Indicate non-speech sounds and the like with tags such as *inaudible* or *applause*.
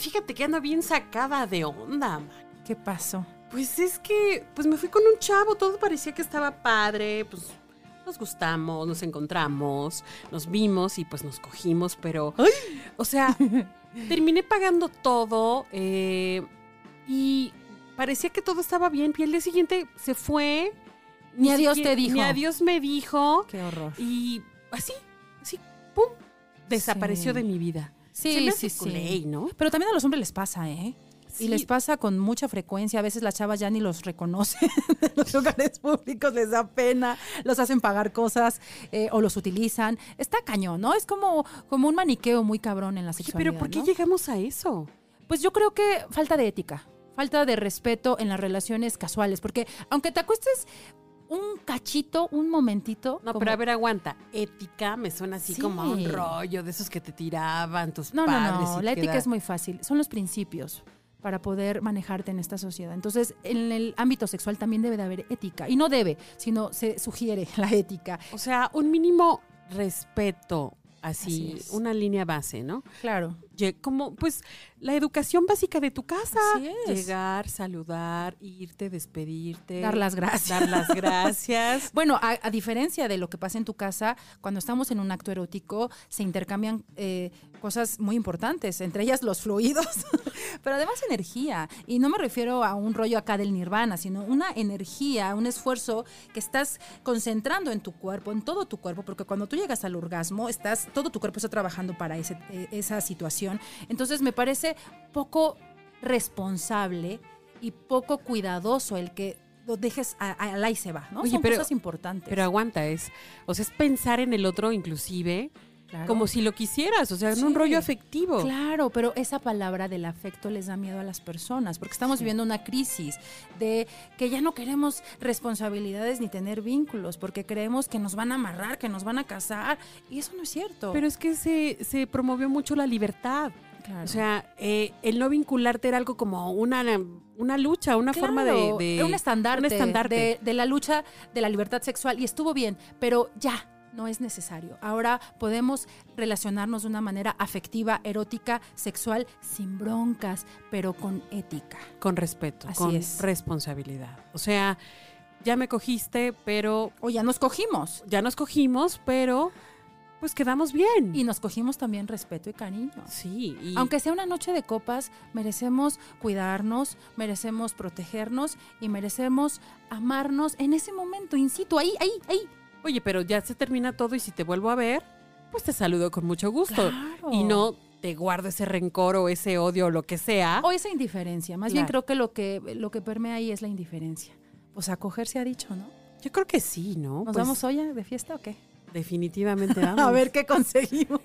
fíjate que ando bien sacada de onda, man. ¿Qué pasó? Pues es que, pues me fui con un chavo, todo parecía que estaba padre, pues nos gustamos, nos encontramos, nos vimos y pues nos cogimos, pero, o *laughs* sea, terminé pagando todo eh, y parecía que todo estaba bien. Y el día siguiente se fue. Ni adiós te dijo. Ni adiós me dijo. Qué horror. Y así, así, pum, desapareció Sí. de mi vida. Sí, Se me sí, hace sí. culé, ¿no? Pero también a los hombres les pasa, ¿eh? Sí. Y les pasa con mucha frecuencia. A veces las chavas ya ni los reconocen *laughs* en los lugares públicos, les da pena, los hacen pagar cosas eh, o los utilizan. Está cañón, ¿no? Es como, como un maniqueo muy cabrón en la Oye, sexualidad. pero ¿por qué ¿no? llegamos a eso? Pues yo creo que falta de ética, falta de respeto en las relaciones casuales, porque aunque te acuestes un cachito, un momentito. No, como- pero a ver, aguanta. Ética me suena así Sí. como a un rollo de esos que te tiraban tus No, padres. no, no. y La te ética da- es muy fácil. Son los principios para poder manejarte en esta sociedad. Entonces, en el ámbito sexual también debe de haber ética. Y no debe, sino se sugiere *laughs* la ética. O sea, un mínimo respeto, así, Así es. una línea base, ¿no? Claro. Lle- Como, pues, la educación básica de tu casa. Así es. Llegar, saludar, irte, despedirte. Dar las gracias. Dar *laughs* las gracias. Bueno, a, a diferencia de lo que pasa en tu casa, cuando estamos en un acto erótico, se intercambian eh, cosas muy importantes, entre ellas los fluidos, *laughs* pero además energía. Y no me refiero a un rollo acá del nirvana, sino una energía, un esfuerzo que estás concentrando en tu cuerpo, en todo tu cuerpo, porque cuando tú llegas al orgasmo, estás, todo tu cuerpo está trabajando para ese- eh, esa situación. Entonces me parece poco responsable y poco cuidadoso el que lo dejes a- a- al ahí se va, ¿no? Oye, Son pero- cosas importantes. Pero aguanta, es, o sea, es pensar en el otro inclusive Claro. como si lo quisieras, o sea, en Sí. un rollo afectivo. Claro, pero esa palabra del afecto les da miedo a las personas, porque estamos viviendo una crisis de que ya no queremos responsabilidades ni tener vínculos, porque creemos que nos van a amarrar, que nos van a casar, y eso no es cierto. Pero es que se, se promovió mucho la libertad. Claro. O sea, eh, el no vincularte era algo como una, una lucha, una Claro, forma de, de- era un estandarte, un estandarte. De, de la lucha de la libertad sexual y estuvo bien, pero ya no es necesario. Ahora podemos relacionarnos de una manera afectiva, erótica, sexual, sin broncas, pero con ética. Con respeto, Así con es. responsabilidad. O sea, ya me cogiste, pero O ya nos cogimos. ya nos cogimos, pero pues quedamos bien. Y nos cogimos también respeto y cariño. sí, y- Aunque sea una noche de copas, merecemos cuidarnos, merecemos protegernos y merecemos amarnos en ese momento, in situ, ahí, ahí, ahí. oye, pero ya se termina todo y si te vuelvo a ver, pues te saludo con mucho gusto. Claro. Y no te guardo ese rencor o ese odio o lo que sea. O esa indiferencia. Más bien Claro. creo que lo que lo que permea ahí es la indiferencia. Pues acoger se ha dicho, ¿no? Yo creo que sí, ¿no? ¿Nos Uh, Pues, vamos hoy de fiesta o qué? Definitivamente vamos. qué conseguimos.